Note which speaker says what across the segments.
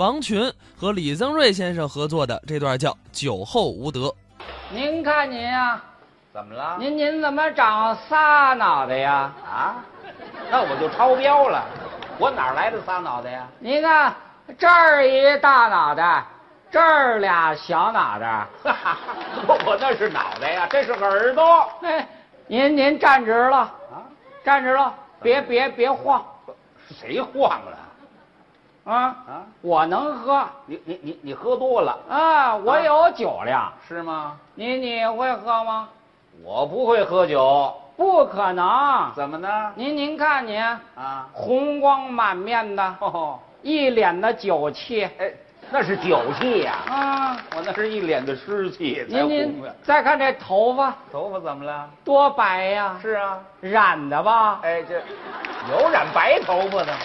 Speaker 1: 王群和李增瑞先生合作的这段叫《酒后无德》。
Speaker 2: 您看您呀、
Speaker 3: 怎么了？
Speaker 2: 您您怎么长仨脑袋呀？
Speaker 3: 啊？那我就超标了，我哪来的仨脑袋呀？
Speaker 2: 您看这儿一大脑袋，这儿俩小脑袋。
Speaker 3: 哈哈， 我那是脑袋呀，这是耳朵。
Speaker 2: 哎，您您站直了，
Speaker 3: 啊？
Speaker 2: 站直了，别别别晃
Speaker 3: 谁晃了？
Speaker 2: 啊！
Speaker 3: 啊
Speaker 2: 我能喝
Speaker 3: 你你你你喝多了
Speaker 2: 啊，我
Speaker 3: 啊
Speaker 2: 有酒量。
Speaker 3: 是吗？
Speaker 2: 你你会喝吗？
Speaker 3: 我不会喝酒，
Speaker 2: 不可能。
Speaker 3: 怎么呢？
Speaker 2: 您您看您，
Speaker 3: 啊？
Speaker 2: 红光满面的，
Speaker 3: 哦，
Speaker 2: 一脸的酒气
Speaker 3: 哎，那是酒气呀、
Speaker 2: 啊！
Speaker 3: 我那是一脸的湿气
Speaker 2: 您
Speaker 3: 才红
Speaker 2: 您
Speaker 3: 的。
Speaker 2: 再看这头发
Speaker 3: 头发怎么了？
Speaker 2: 多白呀，
Speaker 3: 是啊，
Speaker 2: 染的吧？
Speaker 3: 哎，这有染白头发的吗？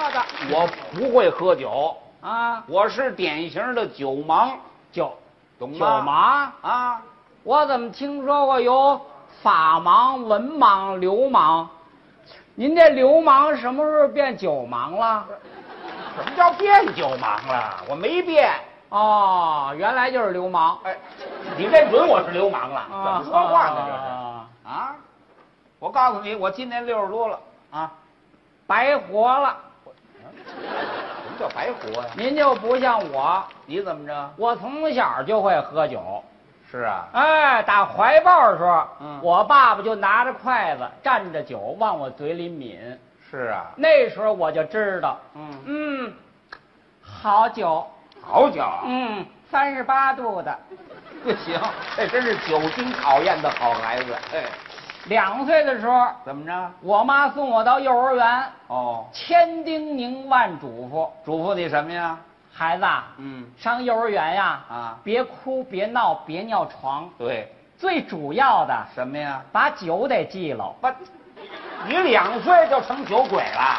Speaker 2: 喝的
Speaker 3: 我不会喝酒，
Speaker 2: 啊，
Speaker 3: 我是典型的酒盲，
Speaker 2: 酒
Speaker 3: 懂吗？
Speaker 2: 酒盲，
Speaker 3: 啊，
Speaker 2: 我怎么听说过有法盲、文盲、流氓？您这流氓什么时候变酒盲了？
Speaker 3: 什么叫变酒盲了？我没变。
Speaker 2: 哦，原来就是流氓。
Speaker 3: 哎，你认准我是流氓了？怎么说话呢？这是
Speaker 2: 啊
Speaker 3: 啊！我告诉你，我今年六十多了啊！
Speaker 2: 白活了，
Speaker 3: 什么叫白活呀、
Speaker 2: 您就不像我，
Speaker 3: 你怎么着？
Speaker 2: 我从小就会喝酒。
Speaker 3: 是啊，
Speaker 2: 哎，打怀抱的时候，
Speaker 3: 嗯
Speaker 2: 我爸爸就拿着筷子蘸着酒往我嘴里抿。
Speaker 3: 是啊，
Speaker 2: 那时候我就知道，
Speaker 3: 嗯，
Speaker 2: 嗯，好酒，
Speaker 3: 好酒啊，
Speaker 2: 嗯，三十八度的，
Speaker 3: 不行，这真是酒精考验的好孩子。哎，
Speaker 2: 两岁的时候，
Speaker 3: 怎么着？
Speaker 2: 我妈送我到幼儿园，
Speaker 3: 哦，
Speaker 2: 千叮咛万嘱咐，
Speaker 3: 嘱咐你什么呀？
Speaker 2: 孩子啊，
Speaker 3: 嗯，
Speaker 2: 上幼儿园呀，
Speaker 3: 啊
Speaker 2: 别哭，别闹，别尿床，
Speaker 3: 对，
Speaker 2: 最主要的，
Speaker 3: 什么呀？
Speaker 2: 把酒得忌了。
Speaker 3: 不，你两岁就成酒鬼了。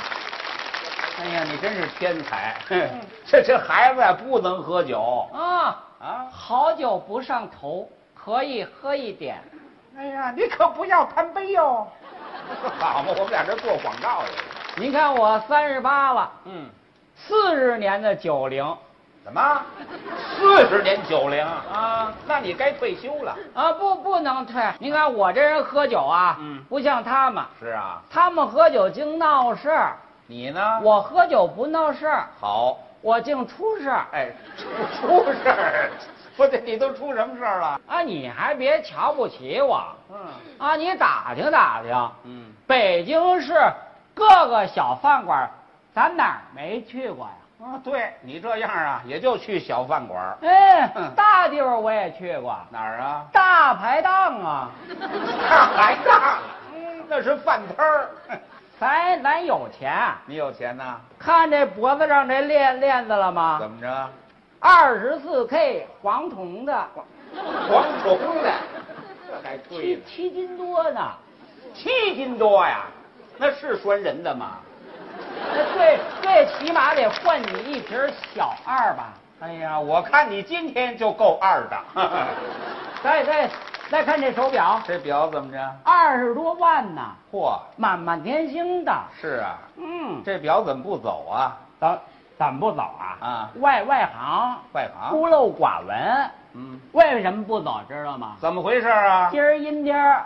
Speaker 3: 哎呀，你真是天才！哼这这孩子呀不能喝酒
Speaker 2: 啊，
Speaker 3: 啊！
Speaker 2: 好酒不上头，可以喝一点。
Speaker 3: 哎呀，你可不要贪杯哟！好嘛，我们俩这做广告去。
Speaker 2: 您看我三十八了，
Speaker 3: 嗯，
Speaker 2: 四十年的酒龄
Speaker 3: 怎么？四十年酒龄，
Speaker 2: 啊
Speaker 3: 那你该退休了。
Speaker 2: 啊，不不能退。您看我这人喝酒啊，
Speaker 3: 嗯
Speaker 2: 不像他们，
Speaker 3: 是啊，
Speaker 2: 他们喝酒净闹事儿，
Speaker 3: 你呢？
Speaker 2: 我喝酒不闹事儿，
Speaker 3: 好，
Speaker 2: 我净出事儿。
Speaker 3: 哎，出出事儿，不是你都出什么事儿了？
Speaker 2: 啊，你还别瞧不起我，
Speaker 3: 嗯
Speaker 2: 啊，你打听打听，
Speaker 3: 嗯，
Speaker 2: 北京市各个小饭馆儿，咱哪儿没去过呀？
Speaker 3: 啊，对你这样啊，也就去小饭馆儿
Speaker 2: 哎
Speaker 3: 嗯，
Speaker 2: 大地方我也去过，
Speaker 3: 哪儿啊？
Speaker 2: 大排档啊，
Speaker 3: 那还大，嗯，那是饭摊儿。
Speaker 2: 咱咱有钱，
Speaker 3: 你有钱呐？
Speaker 2: 看这脖子上这链链子了
Speaker 3: 怎
Speaker 2: 吗？
Speaker 3: 么着？
Speaker 2: 二十四 K 黄铜的，
Speaker 3: 蝗虫的，这还贵
Speaker 2: 七
Speaker 3: 呢？
Speaker 2: 七斤多呢。
Speaker 3: 七斤多呀？那是拴人的吗？
Speaker 2: 那最最起码得换你一瓶小二吧。
Speaker 3: 哎呀，我看你今天就够二的。
Speaker 2: 再再再看这手表，
Speaker 3: 这表怎么着？
Speaker 2: 二十多万呢，
Speaker 3: 嚯，
Speaker 2: 满满天星的。
Speaker 3: 是啊，
Speaker 2: 嗯，
Speaker 3: 这表怎么不走啊？
Speaker 2: 怎怎不走啊？
Speaker 3: 啊
Speaker 2: 外外行，
Speaker 3: 外行，
Speaker 2: 孤陋寡闻。
Speaker 3: 嗯，
Speaker 2: 为什么不走？知道吗？
Speaker 3: 怎么回事 啊？
Speaker 2: 今儿阴天儿，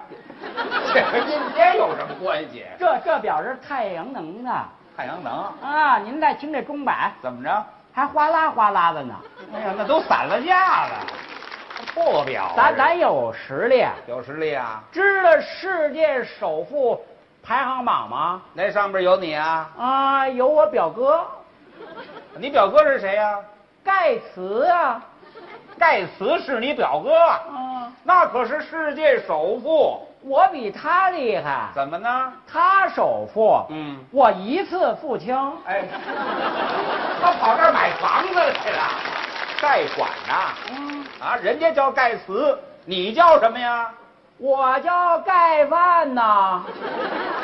Speaker 3: 这和阴天有什么关系？
Speaker 2: 这这表是太阳能的
Speaker 3: 太阳能
Speaker 2: 啊！您再听这钟摆，
Speaker 3: 怎么着？
Speaker 2: 还哗啦哗啦的呢。
Speaker 3: 哎呀，那都散了架了，破表啊。
Speaker 2: 咱
Speaker 3: 这
Speaker 2: 咱有实力，
Speaker 3: 有实力啊！
Speaker 2: 知道世界首富排行榜吗？
Speaker 3: 那上边有你啊，
Speaker 2: 啊，有我表哥
Speaker 3: 你表哥是谁呀、
Speaker 2: 盖茨啊，
Speaker 3: 盖茨是你表哥，
Speaker 2: 啊，
Speaker 3: 那可是世界首富。
Speaker 2: 我比他厉害，
Speaker 3: 怎么呢？
Speaker 2: 他首富，
Speaker 3: 嗯，
Speaker 2: 我一次付清。
Speaker 3: 哎，他跑这儿买房子来了，贷款呐、
Speaker 2: 嗯，
Speaker 3: 啊，人家叫盖茨，你叫什么呀？
Speaker 2: 我叫盖饭呐。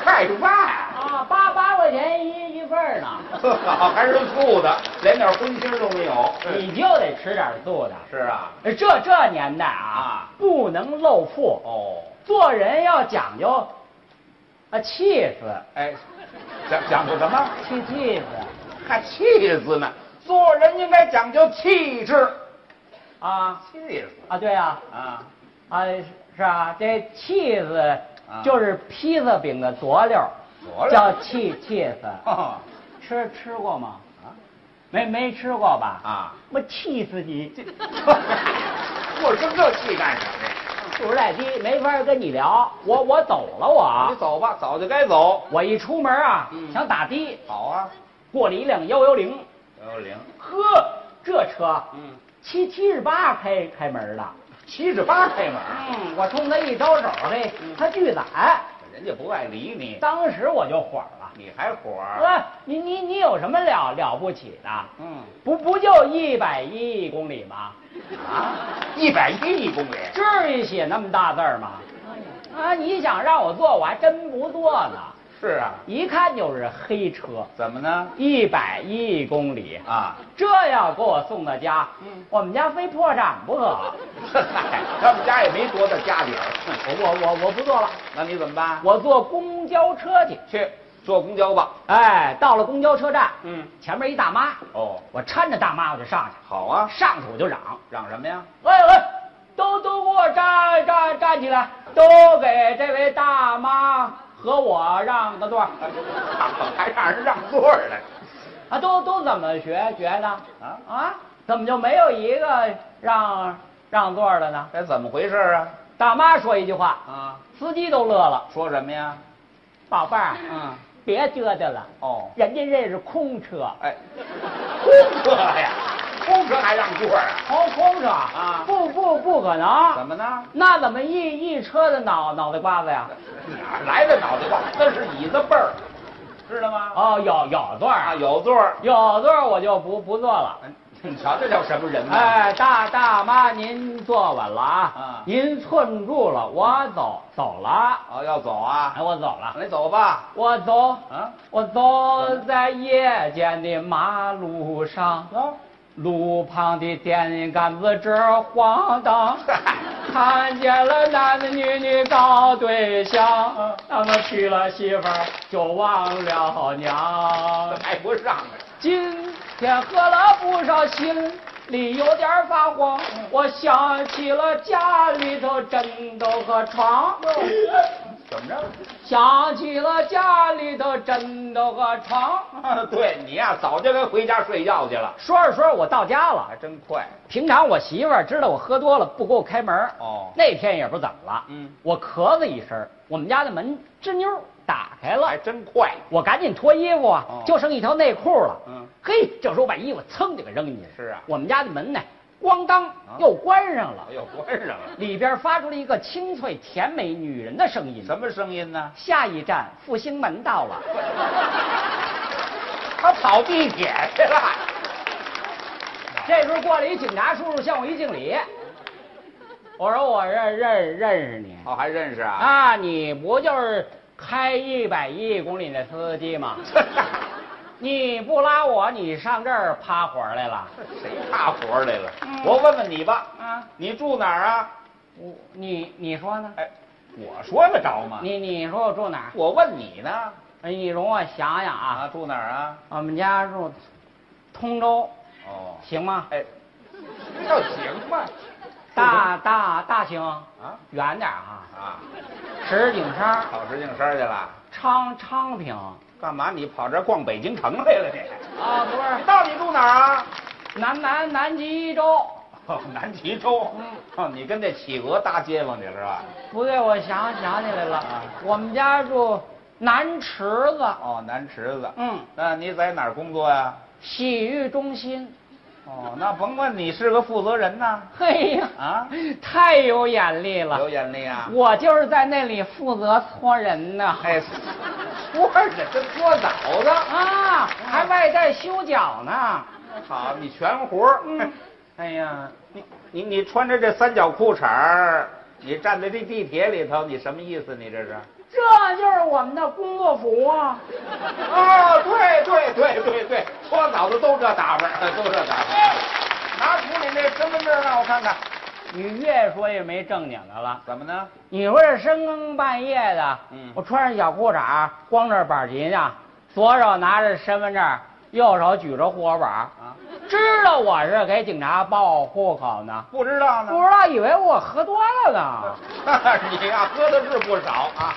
Speaker 3: 盖饭。
Speaker 2: 啊，八八块钱一一份儿呢，
Speaker 3: 呵好，还是素的，连点荤腥都没有。
Speaker 2: 你就得吃点素的。
Speaker 3: 是啊，
Speaker 2: 这这年代啊
Speaker 3: 啊，
Speaker 2: 不能露富，
Speaker 3: 哦，
Speaker 2: 做人要讲究，啊气死。
Speaker 3: 哎，讲讲究什么？
Speaker 2: 气气的
Speaker 3: 还气死呢！做人应该讲究气质，
Speaker 2: 啊
Speaker 3: 气死
Speaker 2: 啊，对啊，
Speaker 3: 啊！
Speaker 2: 啊是啊，这气子
Speaker 3: 啊
Speaker 2: 就是披萨饼的佐料，
Speaker 3: 佐料
Speaker 2: 叫气气子。
Speaker 3: 哦
Speaker 2: 吃吃过吗？啊没没吃过吧？
Speaker 3: 啊，
Speaker 2: 我气死 你！
Speaker 3: 我生这气干什么呀？
Speaker 2: 主赖逼，没法跟你聊，我我走了我
Speaker 3: 你。走吧，早就该走。
Speaker 2: 我一出门啊，
Speaker 3: 嗯
Speaker 2: 想打的，
Speaker 3: 好啊，
Speaker 2: 过了一辆幺幺零，
Speaker 3: 幺幺零，
Speaker 2: 呵，这车
Speaker 3: 嗯，
Speaker 2: 七七十八开开门的，
Speaker 3: 七十八开门，
Speaker 2: 嗯，我冲他一招手，嘿，他拒载，
Speaker 3: 人家不爱理 你，
Speaker 2: 当时我就火了，
Speaker 3: 你还火？
Speaker 2: 啊，你你你有什么了了不起的？
Speaker 3: 嗯
Speaker 2: 不不就一百一公里吗？
Speaker 3: 啊，一百一一公里，
Speaker 2: 至于写那么大字儿吗？啊，你想让我坐，我还真不坐呢，
Speaker 3: 是啊，
Speaker 2: 一看就是黑车，
Speaker 3: 怎么呢？
Speaker 2: 一百一公里。
Speaker 3: 啊，
Speaker 2: 这要给我送到家，
Speaker 3: 嗯
Speaker 2: 我们家非破产不可。
Speaker 3: 嗨， 他们家也没多大家底 儿，
Speaker 2: 我我我我不坐了，
Speaker 3: 那你怎么办？
Speaker 2: 我坐公交车去。
Speaker 3: 去坐公交吧。
Speaker 2: 哎，到了公交车站，
Speaker 3: 嗯，
Speaker 2: 前面一大妈，
Speaker 3: 哦，
Speaker 2: 我搀着大妈我就上去，
Speaker 3: 好啊，
Speaker 2: 上去我就嚷，
Speaker 3: 嚷什么 呀？
Speaker 2: 喂喂，都都给我站站站起来，都给这位大妈和我让个座儿
Speaker 3: 还让人让座儿来
Speaker 2: 啊！都都怎么学学的
Speaker 3: 啊？
Speaker 2: 啊？怎么就没有一个让让座儿的呢？
Speaker 3: 这怎么回事啊？
Speaker 2: 大妈说一句话，
Speaker 3: 啊，
Speaker 2: 司机都乐了，
Speaker 3: 说什么呀？
Speaker 2: 宝贝儿，
Speaker 3: 嗯，
Speaker 2: 别折腾了，
Speaker 3: 哦，
Speaker 2: 人家这是空车，
Speaker 3: 哎，空车呀，空车还让座啊？
Speaker 2: 空空车
Speaker 3: 啊
Speaker 2: 不不不可
Speaker 3: 怎
Speaker 2: 能，
Speaker 3: 么呢？
Speaker 2: 那怎么一一车的脑脑袋瓜子呀？
Speaker 3: 哪儿来的脑袋瓜？那是椅子背儿，知道吗？
Speaker 2: 哦，有有座儿
Speaker 3: 啊，，有座儿。
Speaker 2: 有座儿我就不不坐了。
Speaker 3: 哎你瞧这叫什么人呢？
Speaker 2: 哎，大大妈，您坐稳了啊
Speaker 3: 啊！
Speaker 2: 您寸住了，我走走了，
Speaker 3: 哦，要走啊
Speaker 2: 哎，？我走了，
Speaker 3: 你走吧。
Speaker 2: 我走，
Speaker 3: 啊，
Speaker 2: 我走在夜间的马路上，
Speaker 3: 走。
Speaker 2: 路旁的电杆子直晃 荡，
Speaker 3: 嗨，
Speaker 2: 看见了男男女女搞对象
Speaker 3: 嗯，
Speaker 2: 他们娶了媳妇儿就忘了娘。
Speaker 3: 还不让呢？
Speaker 2: 今天喝了不少，心里有点发慌。我想起了家里头枕头和床，
Speaker 3: 哦怎么着？
Speaker 2: 想起了家里头枕头和床。
Speaker 3: 啊对你呀、早就该回家睡觉去了，
Speaker 2: 说着说着，我到家了
Speaker 3: 还。真快。
Speaker 2: 平常我媳妇儿知道我喝多了，不给我开门。
Speaker 3: 哦
Speaker 2: 那天也不怎么了，
Speaker 3: 嗯
Speaker 2: 我咳嗽一声，我们家的门吱妞儿打开了
Speaker 3: 还，真快。
Speaker 2: 我赶紧脱衣服啊，
Speaker 3: 哦
Speaker 2: 就剩一条内裤了。
Speaker 3: 嗯
Speaker 2: 嘿，这时候我把衣服噌就给扔进去了。
Speaker 3: 是啊
Speaker 2: 我们家的门呢，咣当又关上了，
Speaker 3: 哎呦，关上了。
Speaker 2: 里边发出了一个清脆甜美女人的声音。
Speaker 3: 什么声音呢？
Speaker 2: 下一站复兴门到了，
Speaker 3: 他跑地铁去了。
Speaker 2: 这时候过来一警察叔叔向我一敬礼，我说我认认认识你
Speaker 3: 哦，还认识啊？
Speaker 2: 啊，你不就是开一百一公里的司机 吗？你不拉我，你上这儿趴活儿来了
Speaker 3: 谁怕活儿来了
Speaker 2: 嗯？
Speaker 3: 我问问你吧，
Speaker 2: 啊？
Speaker 3: 你住哪儿啊？
Speaker 2: 我你你说呢？
Speaker 3: 哎，我说得着吗？
Speaker 2: 你你说我住哪儿？
Speaker 3: 我问你呢？
Speaker 2: 哎，你容我想想
Speaker 3: 啊，
Speaker 2: 啊，
Speaker 3: 住哪儿啊？
Speaker 2: 我们家住通州，
Speaker 3: 哦，
Speaker 2: 行吗？
Speaker 3: 哎，要行吧？
Speaker 2: 大大大兴，
Speaker 3: 啊
Speaker 2: 远点儿啊，
Speaker 3: 啊，
Speaker 2: 石景山、
Speaker 3: 跑石景山去了？
Speaker 2: 昌昌平
Speaker 3: 干嘛？你跑这儿逛北京城来了？你？
Speaker 2: 啊，不
Speaker 3: 你到底住哪儿啊？
Speaker 2: 是南南南极洲。
Speaker 3: 哦，南齐州
Speaker 2: 嗯。
Speaker 3: 哦，你跟这企鹅搭街坊去了是吧？
Speaker 2: 不对，我想想起来了，
Speaker 3: 啊
Speaker 2: 我们家住南池子，
Speaker 3: 哦，南池子。
Speaker 2: 嗯，
Speaker 3: 那你在哪儿工作呀、
Speaker 2: 洗浴中心。
Speaker 3: 哦，那甭问你是个负责人呐。
Speaker 2: 嘿呀，
Speaker 3: 啊，
Speaker 2: 太有眼力了
Speaker 3: 有。眼力啊！
Speaker 2: 我就是在那里负责搓人呢。
Speaker 3: 哎，搓着这搓澡的，
Speaker 2: 啊，还外带修脚 呢。
Speaker 3: 好，你全活儿。
Speaker 2: 嗯，
Speaker 3: 哎呀，你你你穿着这三角裤衩儿，你站在这地铁里头，你什么意思？你这是？
Speaker 2: 这就是我们的工作服啊！
Speaker 3: 哦，对对对对对，搓澡的都这打扮，哎都这打扮。拿出你那身份证让我看看，
Speaker 2: 你越说越没正经的了。
Speaker 3: 怎么呢？
Speaker 2: 你说这深更半夜的，
Speaker 3: 嗯
Speaker 2: 我穿上小裤衩，光着板儿裙啊，左手拿着身份证，右手举着户口本儿，
Speaker 3: 啊，
Speaker 2: 知道我是给警察报户口呢，
Speaker 3: 不知道呢。
Speaker 2: 不知道以为我喝多了
Speaker 3: 啊
Speaker 2: 呢。
Speaker 3: 你呀、喝的是不少啊。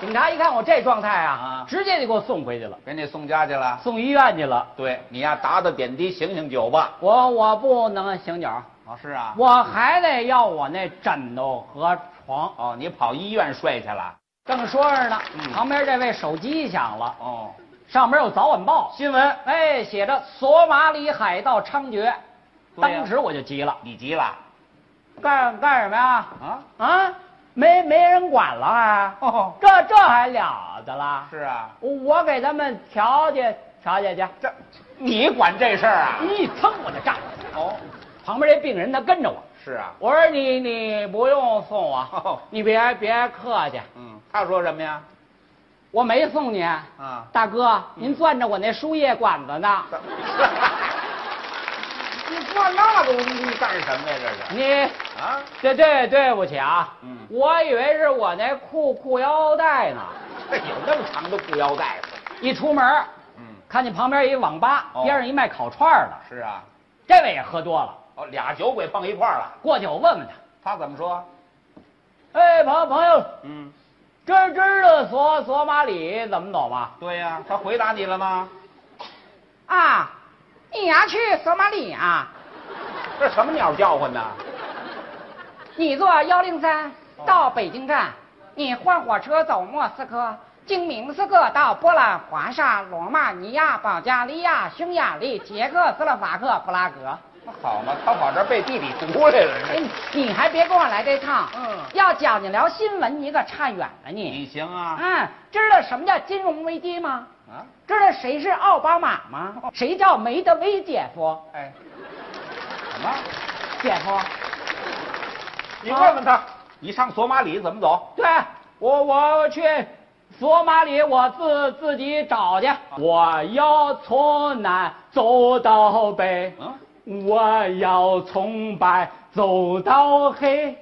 Speaker 2: 警察一看我这状态啊
Speaker 3: 啊，
Speaker 2: 直接就给我送回去了，
Speaker 3: 给你送家去了。
Speaker 2: 送医院去了。
Speaker 3: 对你呀、打打点滴，醒醒酒吧。
Speaker 2: 我我不能醒酒，
Speaker 3: 啊，是啊。
Speaker 2: 我还得要我那枕头和床。
Speaker 3: 哦，你跑医院睡去了。
Speaker 2: 正说着呢，
Speaker 3: 嗯
Speaker 2: 旁边这位手机响了，
Speaker 3: 哦，
Speaker 2: 上边有早晚报，
Speaker 3: 新闻，
Speaker 2: 哎，写着索马里海盗猖獗，
Speaker 3: 对呀
Speaker 2: 当时我就急了，
Speaker 3: 你急了
Speaker 2: 干干什么呀？
Speaker 3: 啊？
Speaker 2: 啊，没没人管了啊？
Speaker 3: 哦，
Speaker 2: 这这还了得啦？
Speaker 3: 是啊。
Speaker 2: 我给他们调解调解去，
Speaker 3: 这，你管这事儿啊？
Speaker 2: 一蹭我就站了。
Speaker 3: 哦，
Speaker 2: 旁边这病人他跟着我，
Speaker 3: 是啊。
Speaker 2: 我说你你不用送我，
Speaker 3: 哦
Speaker 2: 你别别客气，
Speaker 3: 嗯，他说什么呀？
Speaker 2: 我没送你，
Speaker 3: 啊，
Speaker 2: 大哥，您攥着我那输液管子 呢，
Speaker 3: 嗯你做那东西干什么呀？这是
Speaker 2: 你
Speaker 3: 啊？
Speaker 2: 对对对不起啊，
Speaker 3: 嗯
Speaker 2: 我以为是我那裤裤腰带呢，
Speaker 3: 这有那么长的裤腰带吗？
Speaker 2: 一出门
Speaker 3: 嗯，
Speaker 2: 看见旁边一网吧，
Speaker 3: 哦
Speaker 2: 边上一卖烤串儿的，
Speaker 3: 是啊。
Speaker 2: 这位也喝多了，
Speaker 3: 哦，俩酒鬼碰一块儿了，
Speaker 2: 过去我问问他，
Speaker 3: 他怎么说？
Speaker 2: 哎，朋朋友，
Speaker 3: 嗯，
Speaker 2: 知知道索索马里怎么走吗？
Speaker 3: 对呀、他回答你了吗？
Speaker 2: 啊，你要去索马里啊？
Speaker 3: 这什么鸟叫唤呢？
Speaker 2: 你坐幺零三
Speaker 3: 哦
Speaker 2: 到北京站，你换火车走莫斯科，经明斯克到波兰、华沙、罗马尼亚、保加利亚、匈牙利、捷克斯洛伐克、布拉格。
Speaker 3: 那好嘛，他跑这儿背地理读来了。
Speaker 2: 哎，你还别跟我来这趟，
Speaker 3: 嗯
Speaker 2: 要讲究聊新闻，你可差远了你。
Speaker 3: 你行啊？
Speaker 2: 嗯，知道什么叫金融危机吗？
Speaker 3: 啊，
Speaker 2: 知道谁是奥巴马吗？谁叫梅德韦杰夫？
Speaker 3: 哎，什么？
Speaker 2: 姐夫，
Speaker 3: 你问问他，你上索马里怎么走？
Speaker 2: 对我我去索马里，我自自己找去。我哎要从南走到北，
Speaker 3: 嗯，
Speaker 2: 我要从白走到黑，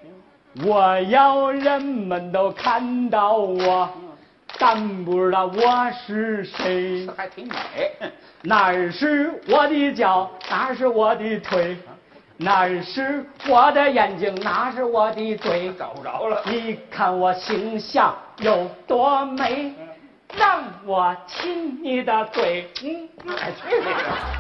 Speaker 2: 我要人们都看到我，但不知道我是谁
Speaker 3: 这。还挺美。
Speaker 2: 哪儿是我的脚，哪儿是我的腿，哪儿是我的眼睛，哪儿是我的嘴。
Speaker 3: 找不着了。
Speaker 2: 你看我形象有多美，让我亲你的嘴。
Speaker 3: 嗯，哎，去你的！